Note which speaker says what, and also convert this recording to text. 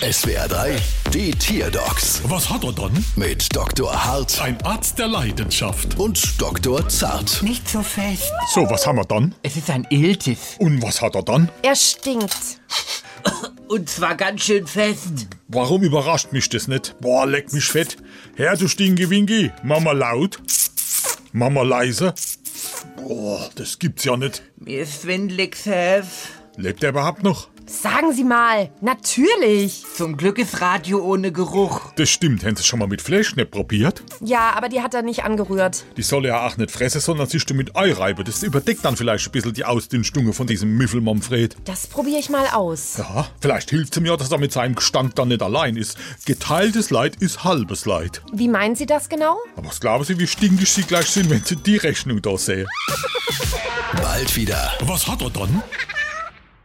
Speaker 1: SWR 3, die Tierdocs
Speaker 2: Was hat er dann?
Speaker 1: mit Dr. Hart
Speaker 2: Ein Arzt der Leidenschaft.
Speaker 1: und Dr. Zart.
Speaker 3: Nicht so fest.
Speaker 2: So, was haben wir dann?
Speaker 3: Es ist ein Iltis.
Speaker 2: Und was hat er dann?
Speaker 4: Er stinkt.
Speaker 3: Und zwar ganz schön fest.
Speaker 2: Warum überrascht mich das nicht? Boah, leck mich fett. Herr, du Stinke-Winke. Mama laut. Mama leise. Boah, das gibt's ja nicht.
Speaker 3: Mir ist schwindelig, Chef.
Speaker 2: Lebt er überhaupt noch?
Speaker 4: Sagen Sie mal, natürlich.
Speaker 3: Zum Glück ist Radio ohne Geruch.
Speaker 2: Das stimmt, haben sie schon mal mit Fleisch nicht probiert?
Speaker 4: Ja, aber die hat er nicht angerührt.
Speaker 2: Die soll ja auch nicht fressen, sondern sich damit Ei reiben. Das überdeckt dann vielleicht ein bisschen die Ausdünstunge von diesem Müffel Manfred.
Speaker 4: Das probiere ich mal aus.
Speaker 2: Ja, vielleicht hilft's ihm ja, dass er mit seinem Gestank dann nicht allein ist. Geteiltes Leid ist halbes Leid.
Speaker 4: Wie meinen Sie das genau?
Speaker 2: Aber was glauben Sie, wie stinkig sie gleich sind, wenn sie die Rechnung da sehen?
Speaker 1: Bald wieder.
Speaker 2: Was hat er dann?